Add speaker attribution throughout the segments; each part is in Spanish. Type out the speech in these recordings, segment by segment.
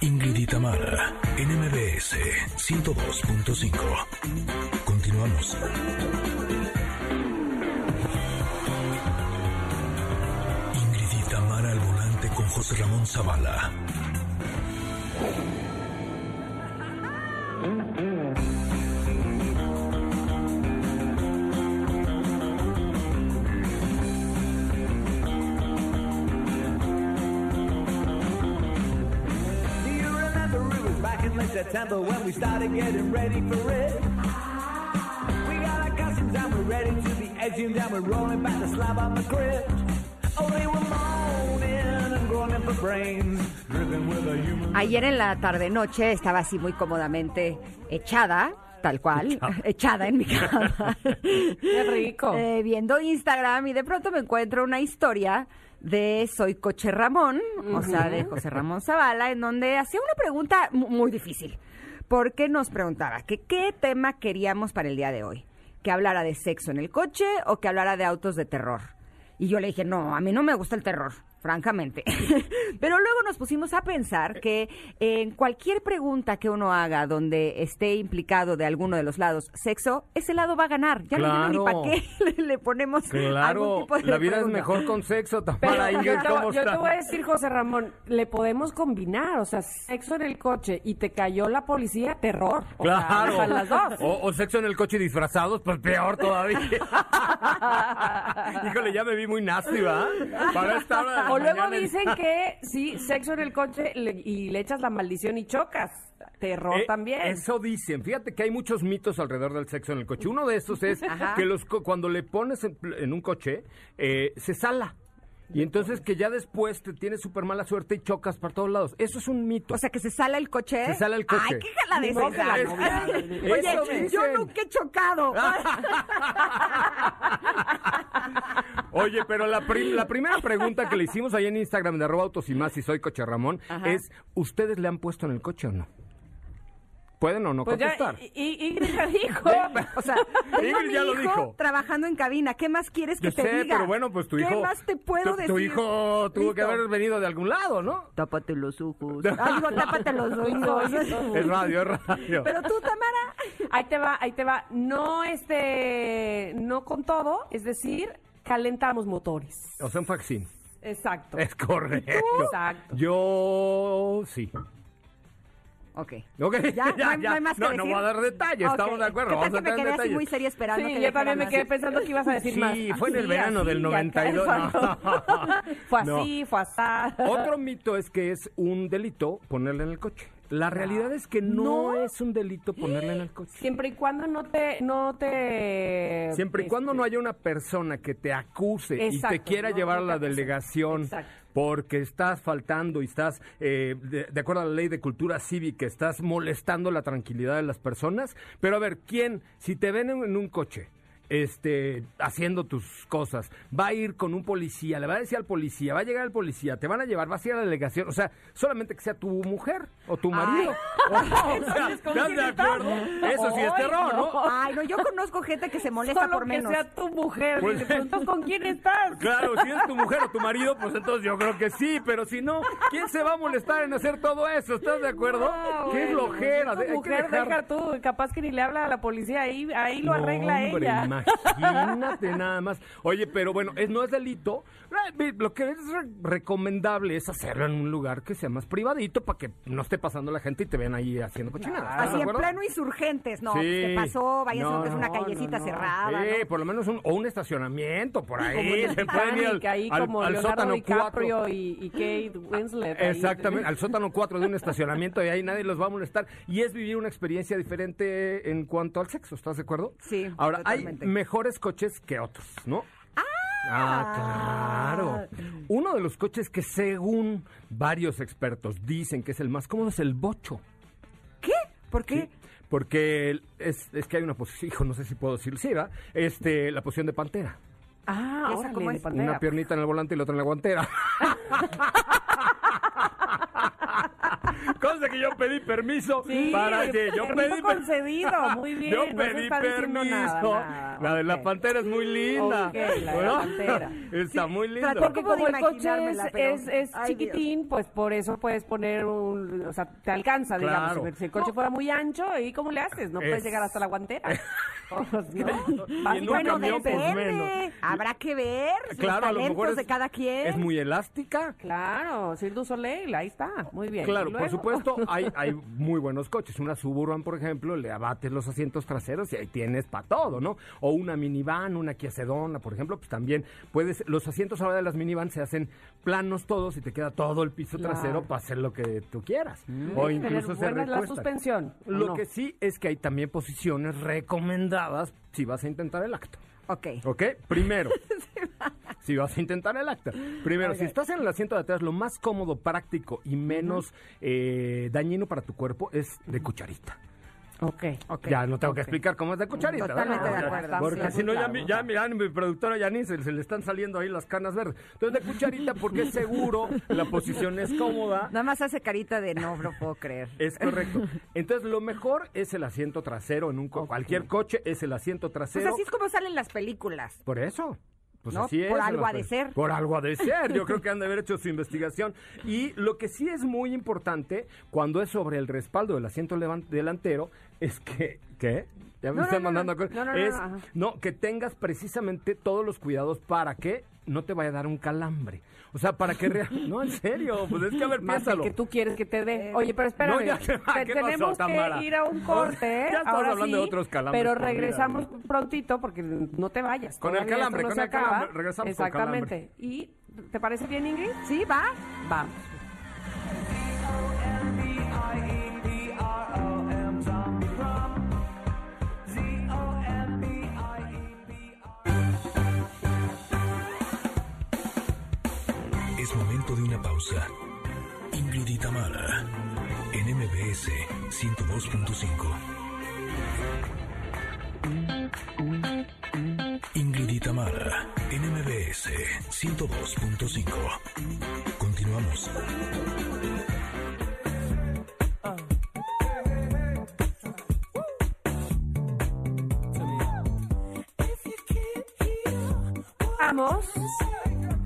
Speaker 1: Ingrid y Tamara, en MBS 102.5. Continuamos. Ingrid y Tamara al volante con José Ramón Zavala.
Speaker 2: Do you remember it was back in late September when we started getting ready for it? We got our costumes and we're ready to be edging down, we're rolling back the slab on the grid. Oh, they were moaning and groaning for brains, driven with a human.
Speaker 3: Ayer en la tarde-noche estaba así muy cómodamente echada, tal cual, echada en mi cama.
Speaker 4: Qué rico.
Speaker 3: Eh, viendo Instagram y de pronto me encuentro una historia de Soy Coche Ramón, o sea, de José Ramón Zavala, en donde hacía una pregunta mu- muy difícil. Porque nos preguntaba que qué tema queríamos para el día de hoy. Que hablara de sexo en el coche o que hablara de autos de terror. Y yo le dije, no, a mí no me gusta el terror, francamente. Pero luego nos pusimos a pensar que en cualquier pregunta que uno haga donde esté implicado de alguno de los lados sexo, ese lado va a ganar. Ya no entiendo
Speaker 5: Claro.
Speaker 3: ni para qué le, le ponemos algún
Speaker 5: Claro,
Speaker 3: tipo de
Speaker 5: la vida es
Speaker 3: pregunta.
Speaker 5: mejor con sexo, Tamara
Speaker 4: Pero yo
Speaker 5: Ingrid,
Speaker 4: te,
Speaker 5: ¿cómo
Speaker 4: yo te
Speaker 5: está?
Speaker 4: voy a decir, José Ramón, le podemos combinar, o sea, sexo en el coche y te cayó la policía, terror. O sea,
Speaker 5: Claro. Oh,
Speaker 4: para las dos.
Speaker 5: O, o sexo en el coche disfrazados, pues peor todavía. Híjole, ya me vi muy nasty, ¿va? Para esta hora de la
Speaker 4: O luego
Speaker 5: mañana en-
Speaker 4: dicen que sí, sexo en el coche le- y le echas la maldición y chocas. Terror
Speaker 5: Eh,
Speaker 4: también.
Speaker 5: Eso dicen. Fíjate que hay muchos mitos alrededor del sexo en el coche. Uno de estos es que los co- cuando le pones en, pl- en un coche, eh, se sala. Y entonces que ya después te tienes súper mala suerte y chocas para todos lados. Eso es un mito.
Speaker 3: O sea, que se sala el coche.
Speaker 5: Se sala el coche.
Speaker 3: Ay, qué jala de
Speaker 5: No, es- Eso
Speaker 3: Oye, yo
Speaker 5: dicen. Ah,
Speaker 3: nunca he chocado.
Speaker 5: Oye, pero la, prim- la primera pregunta que le hicimos ahí en Instagram de arroba autos y más y soy coche Ramón es, ¿ustedes le han puesto en el coche o no? ¿Pueden o no
Speaker 4: Pues ya,
Speaker 5: contestar?
Speaker 4: y, y- Ingrid ya dijo.
Speaker 3: O sea, tengo a
Speaker 5: Ingrid
Speaker 3: mi
Speaker 5: ya
Speaker 3: hijo
Speaker 5: lo dijo.
Speaker 3: trabajando en cabina. ¿Qué más quieres que
Speaker 5: Yo
Speaker 3: te
Speaker 5: sé,
Speaker 3: diga?
Speaker 5: pero bueno, pues tu hijo...
Speaker 3: ¿Qué más te puedo
Speaker 5: tu-
Speaker 3: decir?
Speaker 5: Tu hijo tuvo que
Speaker 3: Listo.
Speaker 5: haber venido de algún lado, ¿no?
Speaker 3: Tápate los ojos. Ah, digo, tápate los oídos.
Speaker 5: Es radio, es radio.
Speaker 3: Pero tú, Tamara.
Speaker 4: Ahí te va, ahí te va. No este, no con todo, es decir, calentamos motores.
Speaker 5: O sea, un faxín.
Speaker 4: Exacto.
Speaker 5: Es correcto.
Speaker 4: Exacto.
Speaker 5: Yo sí.
Speaker 3: Ok.
Speaker 5: Ok,
Speaker 3: Ya, no hay- no hay más que
Speaker 5: no,
Speaker 3: decir.
Speaker 5: no voy a dar detalles,
Speaker 3: Ok.
Speaker 5: estamos de acuerdo.
Speaker 3: ¿Qué tal
Speaker 5: vamos
Speaker 3: que
Speaker 5: a
Speaker 3: me
Speaker 5: dar
Speaker 3: quedé así
Speaker 5: detalles.
Speaker 3: muy seria esperando
Speaker 4: Sí,
Speaker 3: que
Speaker 4: yo también me
Speaker 3: dejaran
Speaker 4: quedé
Speaker 3: así?
Speaker 4: pensando que ibas a decir
Speaker 5: Sí,
Speaker 4: más.
Speaker 5: fue en el verano del 92, no.
Speaker 4: fue así, fue así.
Speaker 5: Otro mito es que es un delito ponerle en el coche. La
Speaker 3: Ah.
Speaker 5: realidad es que no, es un delito ponerle en el coche.
Speaker 4: Siempre y cuando no te, no te. este,
Speaker 5: Siempre y cuando no haya una persona que te acuse y te
Speaker 4: Exacto,
Speaker 5: quiera
Speaker 4: no,
Speaker 5: llevar a
Speaker 4: no
Speaker 5: la
Speaker 4: te acuse.
Speaker 5: delegación
Speaker 4: Exacto.
Speaker 5: porque estás faltando y estás, eh, de, de acuerdo a la ley de cultura cívica, estás molestando la tranquilidad de las personas. Pero a ver, ¿quién, si te ven en, en un coche? Este, haciendo tus cosas, va a ir con un policía, le va a decir al policía, va a llegar el policía, te van a llevar, vas a ir a la delegación, o sea, solamente que sea tu mujer o tu marido. O sea,
Speaker 4: Entonces, ¿con
Speaker 5: ¿estás
Speaker 4: quién
Speaker 5: de
Speaker 4: estás?
Speaker 5: acuerdo? Eso sí es
Speaker 4: Ay,
Speaker 5: terror, ¿no?
Speaker 3: Ay, no, yo conozco gente que se molesta
Speaker 4: Solo
Speaker 3: por
Speaker 4: que
Speaker 3: menos.
Speaker 4: sea tu mujer.
Speaker 5: Pues-
Speaker 4: Y te preguntas, ¿con quién estás?
Speaker 5: Claro, si es tu mujer o tu marido, pues entonces yo creo que sí, pero si no, ¿quién se va a molestar en hacer todo eso? ¿Estás de acuerdo?
Speaker 4: No,
Speaker 5: Qué
Speaker 4: bueno,
Speaker 5: flojera.
Speaker 4: si es
Speaker 5: de-
Speaker 4: tu
Speaker 5: hay que
Speaker 4: mujer,
Speaker 5: dejar-
Speaker 4: deja tú. Capaz que ni le habla a la policía. Ahí, ahí lo
Speaker 5: No,
Speaker 4: arregla
Speaker 5: hombre,
Speaker 4: ella.
Speaker 5: Imagínate nada más. Oye, pero bueno, es, no es delito. Eh, Lo que es re- recomendable es hacerlo en un lugar que sea más privadito para que no esté pasando la gente y te vean ahí haciendo cochinadas. ¿estás Ah, de
Speaker 3: Así en
Speaker 5: acuerdo?
Speaker 3: plano insurgentes, no, pues,
Speaker 5: Sí.
Speaker 3: ¿qué pasó? Váyanse
Speaker 5: No,
Speaker 3: aunque es una
Speaker 5: no,
Speaker 3: callecita
Speaker 4: no, no.
Speaker 3: cerrada.
Speaker 5: Sí,
Speaker 3: ¿no?
Speaker 5: por lo menos un, o un estacionamiento por
Speaker 4: Como
Speaker 5: ahí.
Speaker 4: en el
Speaker 5: Se pueden ir al,
Speaker 4: Titanic, ahí
Speaker 5: al-
Speaker 4: como
Speaker 5: al
Speaker 4: Leonardo
Speaker 5: sótano
Speaker 4: DiCaprio
Speaker 5: 4.
Speaker 4: y, y Kate Winslet. ahí.
Speaker 5: Exactamente, al sótano 4 de un estacionamiento y ahí nadie los va a molestar. Y es vivir una experiencia diferente en cuanto al sexo, ¿estás de acuerdo?
Speaker 3: Sí,
Speaker 5: Ahora,
Speaker 3: totalmente.
Speaker 5: hay mejores coches que otros, ¿no? Ah, claro. Uno de los coches que según varios expertos dicen que es el más cómodo es el bocho.
Speaker 3: ¿Qué? ¿Por qué?
Speaker 5: Porque el- es, es que hay una posición, hijo, no sé si puedo decirlo, sí, ¿verdad? Este, la posición de pantera.
Speaker 4: Ah,
Speaker 3: ¿Y esa
Speaker 4: órale,
Speaker 3: cómo
Speaker 4: de
Speaker 3: es?
Speaker 4: pantera.
Speaker 5: Una piernita en el volante y la otra en la guantera. Cosa que yo pedí permiso
Speaker 4: Sí,
Speaker 5: para que yo
Speaker 4: permiso
Speaker 5: pedí
Speaker 4: concedido, muy bien,
Speaker 5: Yo
Speaker 4: no se
Speaker 5: pedí
Speaker 4: está diciendo
Speaker 5: permiso.
Speaker 4: nada, nada,
Speaker 5: La de la
Speaker 4: ok.
Speaker 5: pantera es muy linda.
Speaker 4: Ok, la de la pantera.
Speaker 5: Está muy linda.
Speaker 3: trató
Speaker 4: Porque
Speaker 3: Acabo de
Speaker 4: como el coche es,
Speaker 3: imaginármela, pero-
Speaker 4: es- es
Speaker 3: Ay, Dios.
Speaker 4: chiquitín, pues por eso puedes poner un... O sea, te alcanza, digamos.
Speaker 5: Claro.
Speaker 4: Si el coche fuera muy ancho, ¿y cómo le haces? No
Speaker 5: Es-
Speaker 4: puedes llegar hasta la guantera. Pues, ¿no?
Speaker 5: Y en un
Speaker 3: Bueno,
Speaker 5: camión, pues, menos.
Speaker 3: depende. Habrá que ver los
Speaker 5: Claro, a lo mejor
Speaker 3: talentos
Speaker 5: es,
Speaker 3: de cada quien.
Speaker 5: es muy elástica.
Speaker 4: Claro, Cirque du Soleil, ahí está, muy bien.
Speaker 5: Claro,
Speaker 4: ¿Y
Speaker 5: por
Speaker 4: luego?
Speaker 5: supuesto, hay, hay muy buenos coches. Una Suburban, por ejemplo, le abates los asientos traseros y ahí tienes para todo, ¿no? O una minivan, una Kia Sedona, por ejemplo, pues también puedes... Los asientos ahora de las minivan se hacen planos todos y te queda todo el piso
Speaker 4: Claro. Mm.
Speaker 5: trasero para hacer lo que tú quieras.
Speaker 4: Tiene
Speaker 5: O
Speaker 4: que
Speaker 5: incluso
Speaker 4: oh, tener
Speaker 5: se
Speaker 4: buena la
Speaker 5: recuestan.
Speaker 4: suspensión, ¿o
Speaker 5: Lo
Speaker 4: no?
Speaker 5: que sí es que hay también posiciones recomendadas si vas a intentar el acto.
Speaker 3: Ok.
Speaker 5: ¿Ok? Primero, si vas a intentar el acta. Primero, si estás en el asiento de atrás, lo más cómodo, práctico y menos eh, dañino para tu cuerpo es de cucharita.
Speaker 4: Ok, ok.
Speaker 5: Ya no tengo que explicar cómo es de cucharita.
Speaker 3: Totalmente de
Speaker 5: ¿verdad? O sea,
Speaker 3: acuerdo.
Speaker 5: Porque
Speaker 4: Estamos
Speaker 5: si no, ya,
Speaker 4: claros,
Speaker 5: mi,
Speaker 4: o
Speaker 5: ya
Speaker 4: sea.
Speaker 5: mi, ya mi productora Yanis se, se le están saliendo ahí las canas verdes. Entonces, de cucharita, porque es seguro, la posición es cómoda.
Speaker 3: Nada más hace carita de no, no puedo creer. Pues
Speaker 5: Es correcto. Entonces, lo mejor es el asiento trasero en un co- cualquier coche, es el asiento
Speaker 3: Pues
Speaker 5: trasero.
Speaker 3: así es como salen las películas.
Speaker 5: Por eso. Pues
Speaker 3: ¿No?
Speaker 5: así es.
Speaker 3: Por algo ha
Speaker 5: pues,
Speaker 3: de ser.
Speaker 5: Por algo ha de ser. Yo creo que han de haber hecho su investigación. Y lo que sí es muy importante cuando es sobre el respaldo del asiento levan- delantero es que. ¿Qué? Ya me
Speaker 4: No, no,
Speaker 5: están
Speaker 4: no,
Speaker 5: mandando
Speaker 4: no.
Speaker 5: a cor-
Speaker 4: No, no, no,
Speaker 5: es,
Speaker 4: no, ajá.
Speaker 5: no, que tengas precisamente todos los cuidados para que no te vaya a dar un calambre. O sea, para que. rea- No, en serio. Pues es que a ver,
Speaker 4: Más el
Speaker 5: piénsalo.
Speaker 4: que tú quieres que te dé. Oye, pero espérame.
Speaker 5: No, ya se va.
Speaker 4: Te-
Speaker 5: ¿Qué pasó,
Speaker 4: tenemos
Speaker 5: Tamara?
Speaker 4: que ir a un corte.
Speaker 5: Ya estamos
Speaker 4: ahora
Speaker 5: hablando
Speaker 4: sí,
Speaker 5: de otros calambres
Speaker 4: Pero
Speaker 5: por vida,
Speaker 4: regresamos prontito porque no te vayas.
Speaker 5: Con el
Speaker 4: Todavía esto
Speaker 5: calambre,
Speaker 4: no
Speaker 5: con
Speaker 4: se
Speaker 5: el
Speaker 4: acaba.
Speaker 5: calambre. Regresamos con
Speaker 4: Exactamente. ¿Y te parece bien, Ingrid?
Speaker 3: Sí, va.
Speaker 4: Vamos.
Speaker 2: E Z-O-M-B-I-E-B-R-O-M, zombie from E Z-O-M-B-I-E-B-R-O-M.
Speaker 1: Es momento de una pausa. Ingrid y Tamara en MBS 102.5. Ingrid y Tamara en MBS 102.5. Continuamos.
Speaker 4: Vamos.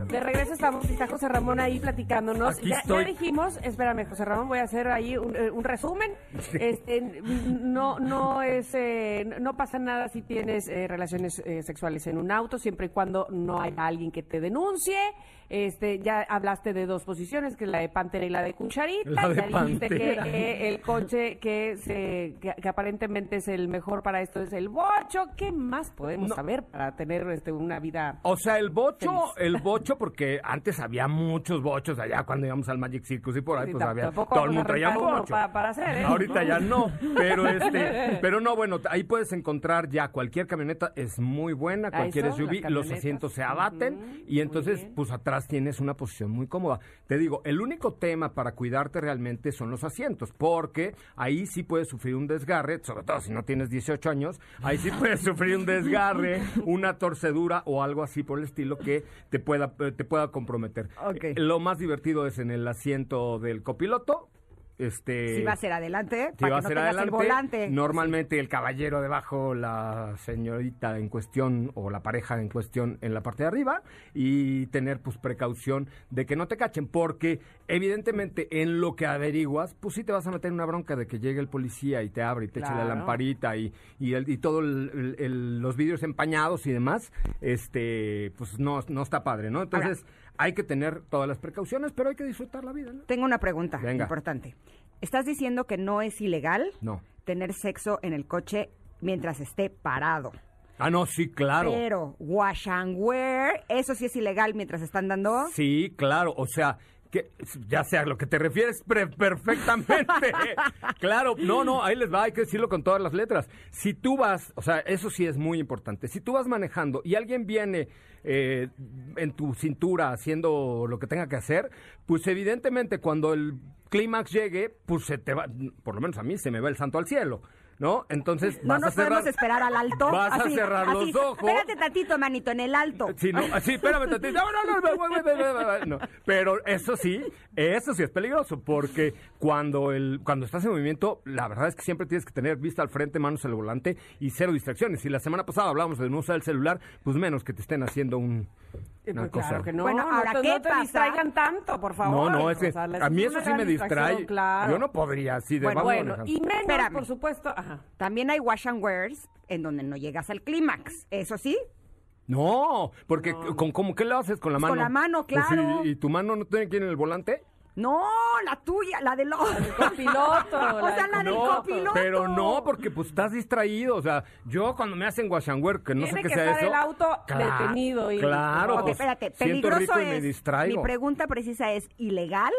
Speaker 4: De regreso estamos, está José Ramón ahí platicándonos.
Speaker 5: Aquí
Speaker 4: ya, ya
Speaker 5: estoy.
Speaker 4: dijimos, espérame, José Ramón, voy a hacer ahí un, eh, un resumen. Este, no, no es, eh, no pasa nada si tienes eh, relaciones eh, sexuales en un auto, siempre y cuando no haya alguien que te denuncie. Este, ya hablaste de dos posiciones, que es la de pantera y la de cucharita.
Speaker 5: La de
Speaker 4: ya dijiste que
Speaker 5: pantera.
Speaker 4: eh, el coche que, se, que, que aparentemente es el mejor para esto es el bocho. ¿Qué más podemos saber para tener este, una vida
Speaker 5: O sea, el bocho, el bocho, porque antes había muchos bochos allá cuando íbamos al Magic Circus y por ahí,
Speaker 4: Sí,
Speaker 5: pues
Speaker 4: tam-
Speaker 5: había
Speaker 4: tampoco
Speaker 5: todo el
Speaker 4: vamos a
Speaker 5: mundo traía un
Speaker 4: rentar uno
Speaker 5: bocho.
Speaker 4: pa- para hacer, ¿eh?
Speaker 5: Ahorita ya no, pero este, pero no, bueno, ahí puedes encontrar ya cualquier camioneta es muy buena, cualquier
Speaker 4: eso,
Speaker 5: SUV,
Speaker 4: las
Speaker 5: los
Speaker 4: camionetas.
Speaker 5: asientos se abaten y entonces, pues atrás tienes una posición muy cómoda. Te digo, el único tema para cuidarte realmente son los asientos, porque ahí sí puedes sufrir un desgarre, sobre todo si no tienes 18 años, ahí sí puedes sufrir un desgarre, una torcedura o algo así por el estilo que te pueda, eh, te pueda comprometer.
Speaker 3: Ok.
Speaker 5: Eh, Lo más divertido es en el asiento del copiloto. Este,
Speaker 3: Si va a ser adelante,
Speaker 5: si
Speaker 3: para
Speaker 5: va a
Speaker 3: que no
Speaker 5: ser
Speaker 3: tengas
Speaker 5: adelante,
Speaker 3: el volante.
Speaker 5: normalmente el caballero debajo, la señorita en cuestión o la pareja en cuestión en la parte de arriba y tener pues precaución de que no te cachen porque evidentemente en lo que averiguas pues sí te vas a meter en una bronca de que llegue el policía y te abre y te eche la
Speaker 4: Claro.
Speaker 5: lamparita y, y, el- y todo el- el- el- los vidrios empañados y demás, este pues no, no está padre, ¿no? Entonces hay que tener todas las precauciones pero hay que disfrutar la vida, ¿no?
Speaker 3: Tengo una pregunta
Speaker 5: Venga.
Speaker 3: importante. ¿Estás diciendo que no es ilegal
Speaker 5: No.
Speaker 3: tener sexo en el coche mientras esté parado?
Speaker 5: Ah, no, sí, claro.
Speaker 3: Pero wash and wear, eso sí es ilegal mientras están dando.
Speaker 5: Sí, claro, o sea, que ya sea lo que te refieres pre- perfectamente. claro, no, no, ahí les va, hay que decirlo con todas las letras. Si tú vas, o sea, eso sí es muy importante. Si tú vas manejando y alguien viene eh, en tu cintura haciendo lo que tenga que hacer, pues evidentemente cuando el clímax llegue, pues se te va, por lo menos a mí se me va el santo al cielo. ¿no? Entonces
Speaker 3: No
Speaker 5: vas
Speaker 3: nos
Speaker 5: a cerrar.
Speaker 3: podemos esperar al alto.
Speaker 5: Vas a cerrar los
Speaker 3: así.
Speaker 5: ojos.
Speaker 3: Espérate tantito, manito, en el alto.
Speaker 5: Sí, no, sí, espérame tantito. No, no, no, no, voy, voy, voy, voy, voy, no. Pero eso sí, eso sí es peligroso, porque cuando el, cuando estás en movimiento, la verdad es que siempre tienes que tener vista al frente, manos al volante y cero distracciones. Y la semana pasada hablábamos de no usar el celular, pues menos que te estén haciendo un,
Speaker 4: Eh,
Speaker 5: una
Speaker 4: pues
Speaker 5: cosa.
Speaker 4: Claro que no.
Speaker 3: Bueno,
Speaker 4: no
Speaker 3: ahora,
Speaker 4: te-
Speaker 3: ¿qué
Speaker 4: no te
Speaker 3: pasa?
Speaker 4: distraigan tanto, por
Speaker 5: No,
Speaker 4: favor.
Speaker 5: no, es que
Speaker 4: O sea, les-
Speaker 5: a mí
Speaker 4: es
Speaker 5: eso
Speaker 4: una
Speaker 5: sí
Speaker 4: gran
Speaker 5: me distrae.
Speaker 4: distracción, Claro.
Speaker 5: Yo no podría así de
Speaker 3: Bueno,
Speaker 5: vamos
Speaker 4: Bueno,
Speaker 5: manejando.
Speaker 4: y menos,
Speaker 3: Espérame.
Speaker 4: por supuesto. Ajá.
Speaker 3: También hay wash and wears en donde no llegas al clímax. Eso sí,
Speaker 5: No, porque con cómo qué lo haces con la
Speaker 3: Pues
Speaker 5: mano?
Speaker 3: con la mano,
Speaker 5: Pues sí,
Speaker 3: claro.
Speaker 5: y tu mano no tiene que ir en el volante.
Speaker 3: no, la tuya, la del
Speaker 4: copiloto,
Speaker 3: o
Speaker 4: la
Speaker 3: sea,
Speaker 4: del-
Speaker 3: la del
Speaker 5: No,
Speaker 3: copiloto.
Speaker 5: pero no, porque pues estás distraído. O sea, yo cuando me hacen guachanguer, que no sé
Speaker 4: Tiene
Speaker 5: qué
Speaker 4: que
Speaker 5: sea
Speaker 4: estar
Speaker 5: eso.
Speaker 4: el auto
Speaker 5: cla-
Speaker 4: detenido y-
Speaker 5: Claro,
Speaker 4: Ok,
Speaker 3: Ok,
Speaker 5: pues,
Speaker 3: espérate,
Speaker 5: siento
Speaker 3: peligroso
Speaker 5: rico
Speaker 3: es.
Speaker 5: y me distraigo.
Speaker 3: Mi pregunta precisa es, ¿ilegal?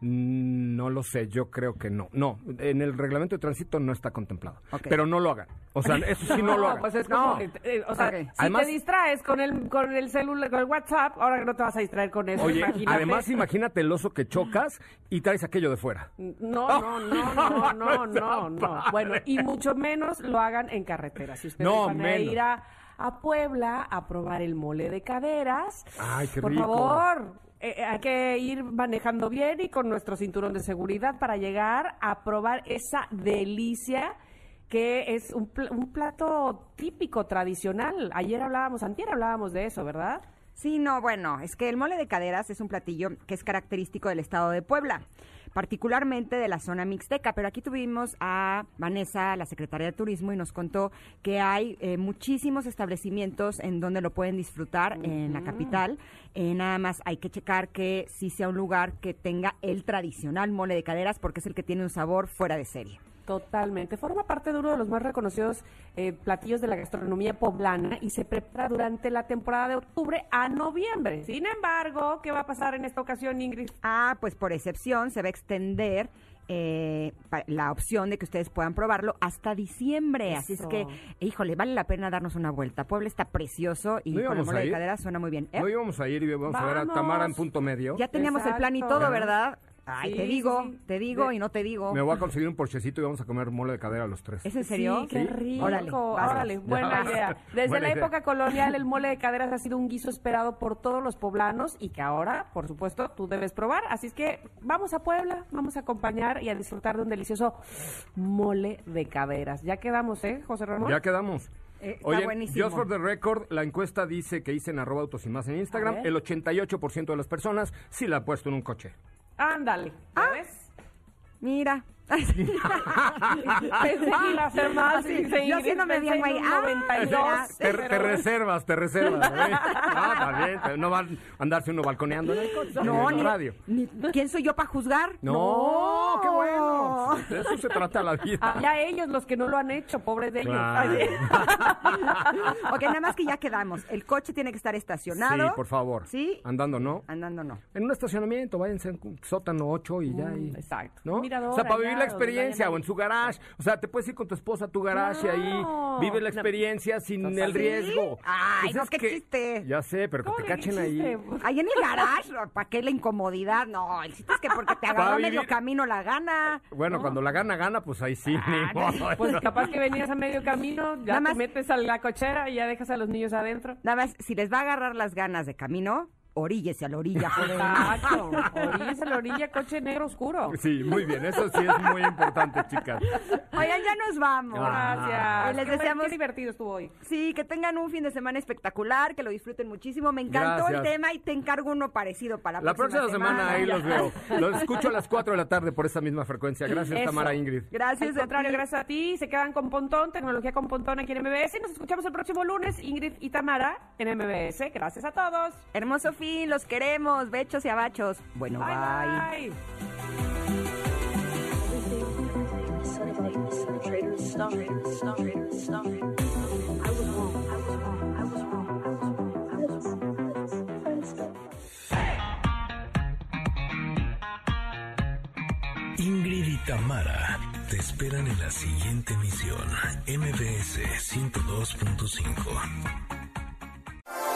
Speaker 5: Mm, No lo sé, yo creo que no. No, en el reglamento de tránsito no está contemplado.
Speaker 3: Ok.
Speaker 5: Pero no lo hagan. O sea, eso sí no, lo hagan.
Speaker 4: pues es
Speaker 5: No.
Speaker 4: como que, eh, o sea,
Speaker 3: Ok.
Speaker 4: si
Speaker 5: Además-
Speaker 4: te distraes con el con el celular, con el WhatsApp, ahora no te vas a distraer con eso,
Speaker 5: Oye,
Speaker 4: imagínate.
Speaker 5: además imagínate el oso que chocas y traes aquello de fuera.
Speaker 4: no, no, no, no, no, no, no. Bueno, y mucho menos lo hagan en carretera. Si ustedes
Speaker 5: No,
Speaker 4: van a
Speaker 5: menos.
Speaker 4: ir a, a Puebla a probar el mole de caderas,
Speaker 5: Ay, qué
Speaker 4: por
Speaker 5: rico.
Speaker 4: favor, eh, eh, hay que ir manejando bien y con nuestro cinturón de seguridad para llegar a probar esa delicia que es un, pl- un plato típico, tradicional. Ayer hablábamos, antier hablábamos de eso, ¿verdad?
Speaker 3: Sí, no, bueno, es que el mole de caderas es un platillo que es característico del estado de Puebla, particularmente de la zona mixteca, pero aquí tuvimos a Vanessa, la secretaria de Turismo, y nos contó que hay eh, muchísimos establecimientos en donde lo pueden disfrutar en la capital. Eh, nada más hay que checar que sí sea un lugar que tenga el tradicional mole de caderas porque es el que tiene un sabor fuera de serie.
Speaker 4: Totalmente. Forma parte de uno de los más reconocidos eh, platillos de la gastronomía poblana y se prepara durante la temporada de octubre a noviembre. Sin embargo, ¿qué va a pasar en esta ocasión, Ingrid?
Speaker 3: Ah, pues por excepción se va a extender eh, pa- la opción de que ustedes puedan probarlo hasta diciembre. Así es
Speaker 4: Eso.
Speaker 3: que, híjole, vale la pena darnos una vuelta. Puebla está precioso y
Speaker 5: ¿No
Speaker 3: con el
Speaker 5: íbamos
Speaker 3: mole
Speaker 5: a
Speaker 3: de
Speaker 5: ir?
Speaker 3: cadera suena muy bien. ¿Eh?
Speaker 5: No íbamos a ir y vamos a ver a
Speaker 4: Vamos.
Speaker 5: Tamara en punto medio.
Speaker 3: ya teníamos el plan y
Speaker 4: Exacto.
Speaker 3: todo, ¿verdad? Ay,
Speaker 4: Sí,
Speaker 3: te digo,
Speaker 4: sí, sí.
Speaker 3: te digo
Speaker 4: De-
Speaker 3: y no te digo.
Speaker 5: Me voy a conseguir un porchecito y vamos a comer mole de cadera los tres.
Speaker 3: ¿Es en serio?
Speaker 4: Sí, qué
Speaker 5: Sí.
Speaker 4: rico.
Speaker 3: Órale,
Speaker 4: Órale,
Speaker 3: vas.
Speaker 4: buena
Speaker 5: Ya.
Speaker 4: idea. Desde
Speaker 5: Buena
Speaker 4: la
Speaker 5: idea.
Speaker 4: época colonial, el mole de caderas ha sido un guiso esperado por todos los poblanos y que ahora, por supuesto, tú debes probar. Así es que vamos a Puebla, vamos a acompañar y a disfrutar de un delicioso mole de caderas. Ya quedamos, ¿eh, José Ramón?
Speaker 5: Ya quedamos.
Speaker 3: Eh, está
Speaker 5: Oye,
Speaker 3: buenísimo.
Speaker 5: just for the record, la encuesta dice que hice en arroba autos y más en Instagram,
Speaker 4: A ver.
Speaker 5: el 88% de las personas sí la ha puesto en un coche.
Speaker 4: Ándale.
Speaker 3: Ah,
Speaker 4: ¿ya ves?
Speaker 3: Mira.
Speaker 4: Pensé que iba a ser Ah, más.
Speaker 3: Así,
Speaker 4: dice
Speaker 3: yo
Speaker 4: Ingrid,
Speaker 3: haciéndome
Speaker 4: pensé
Speaker 3: bien,
Speaker 4: en
Speaker 3: güey.
Speaker 4: un
Speaker 3: Ah,
Speaker 4: 92,
Speaker 3: ya.
Speaker 5: Te, te
Speaker 4: pero-
Speaker 5: reservas, te reservas. ¿eh? Ah, está bien, pero No va a andarse uno balconeando en el coche.
Speaker 3: No,
Speaker 5: en
Speaker 3: ni,
Speaker 5: el radio.
Speaker 3: ni- ¿Quién soy yo para juzgar?
Speaker 5: No, qué bueno. De eso se trata la vida.
Speaker 4: Allá ellos, los que no lo han hecho, pobres de ellos.
Speaker 5: Claro.
Speaker 3: ok, nada más que ya quedamos. El coche tiene que estar estacionado.
Speaker 5: Sí, por favor.
Speaker 3: Sí.
Speaker 5: Andando, ¿no?
Speaker 3: Andando no.
Speaker 5: En un estacionamiento, váyanse en un sótano 8 y ya ahí.
Speaker 4: exacto.
Speaker 5: ¿No?
Speaker 4: Mirador,
Speaker 5: o sea, para
Speaker 4: allá,
Speaker 5: vivir la
Speaker 4: donde
Speaker 5: experiencia
Speaker 4: vayan
Speaker 5: o en su garage. O sea, te puedes ir con tu esposa a tu garage y ahí
Speaker 4: Claro.
Speaker 5: vive la
Speaker 4: No.
Speaker 5: experiencia sin
Speaker 4: Total.
Speaker 5: el
Speaker 4: ¿Sí?
Speaker 5: riesgo.
Speaker 3: Ay,
Speaker 5: Pues
Speaker 3: no,
Speaker 5: es
Speaker 3: qué chiste.
Speaker 5: Ya sé, pero que
Speaker 4: ¿Cómo
Speaker 5: te
Speaker 4: le
Speaker 5: cachen ahí.
Speaker 4: dijiste?
Speaker 3: Ahí en el garage, ¿para qué la incomodidad? No, el chiste es que porque te
Speaker 5: Va
Speaker 3: agarró
Speaker 5: a
Speaker 3: a medio
Speaker 5: vivir-
Speaker 3: camino la gana.
Speaker 5: Bueno, cuando la gana, gana, pues ahí sí. ni modo. ¿eh?
Speaker 4: Pues capaz que venías a medio camino, ya
Speaker 3: Nada más-
Speaker 4: te metes a la cochera y ya dejas a los niños adentro.
Speaker 3: Nada más, si les va a agarrar las ganas de camino, oríllese a la orilla, joder.
Speaker 4: Exacto. Orillas a la orilla, coche negro oscuro.
Speaker 5: Sí, muy bien. Eso sí es muy importante, chicas.
Speaker 3: Oigan, ya nos vamos.
Speaker 5: Ah.
Speaker 4: Gracias.
Speaker 3: Y les
Speaker 4: Qué buen-
Speaker 3: deseamos-
Speaker 4: Qué divertido estuvo hoy.
Speaker 3: Sí, que tengan un fin de semana espectacular, que lo disfruten muchísimo. Me encantó el
Speaker 5: Gracias.
Speaker 3: tema y te encargo uno parecido para la,
Speaker 5: La próxima semana ahí los veo. Los escucho a las 4 de la tarde por esa misma frecuencia. Gracias,
Speaker 4: Eso.
Speaker 5: Tamara Ingrid.
Speaker 3: Gracias,
Speaker 4: Al contrario,
Speaker 3: a ti.
Speaker 4: gracias a ti. Se quedan con Pontón, Tecnología con Pontón aquí en MBS. Nos escuchamos el próximo lunes, Ingrid y Tamara en MBS. Gracias a todos.
Speaker 3: Hermoso fin, los queremos. Bechos y abachos. Bueno, bye.
Speaker 4: Bye. bye.
Speaker 1: Ingrid y Tamara te esperan en la siguiente emisión, MBS 102.5.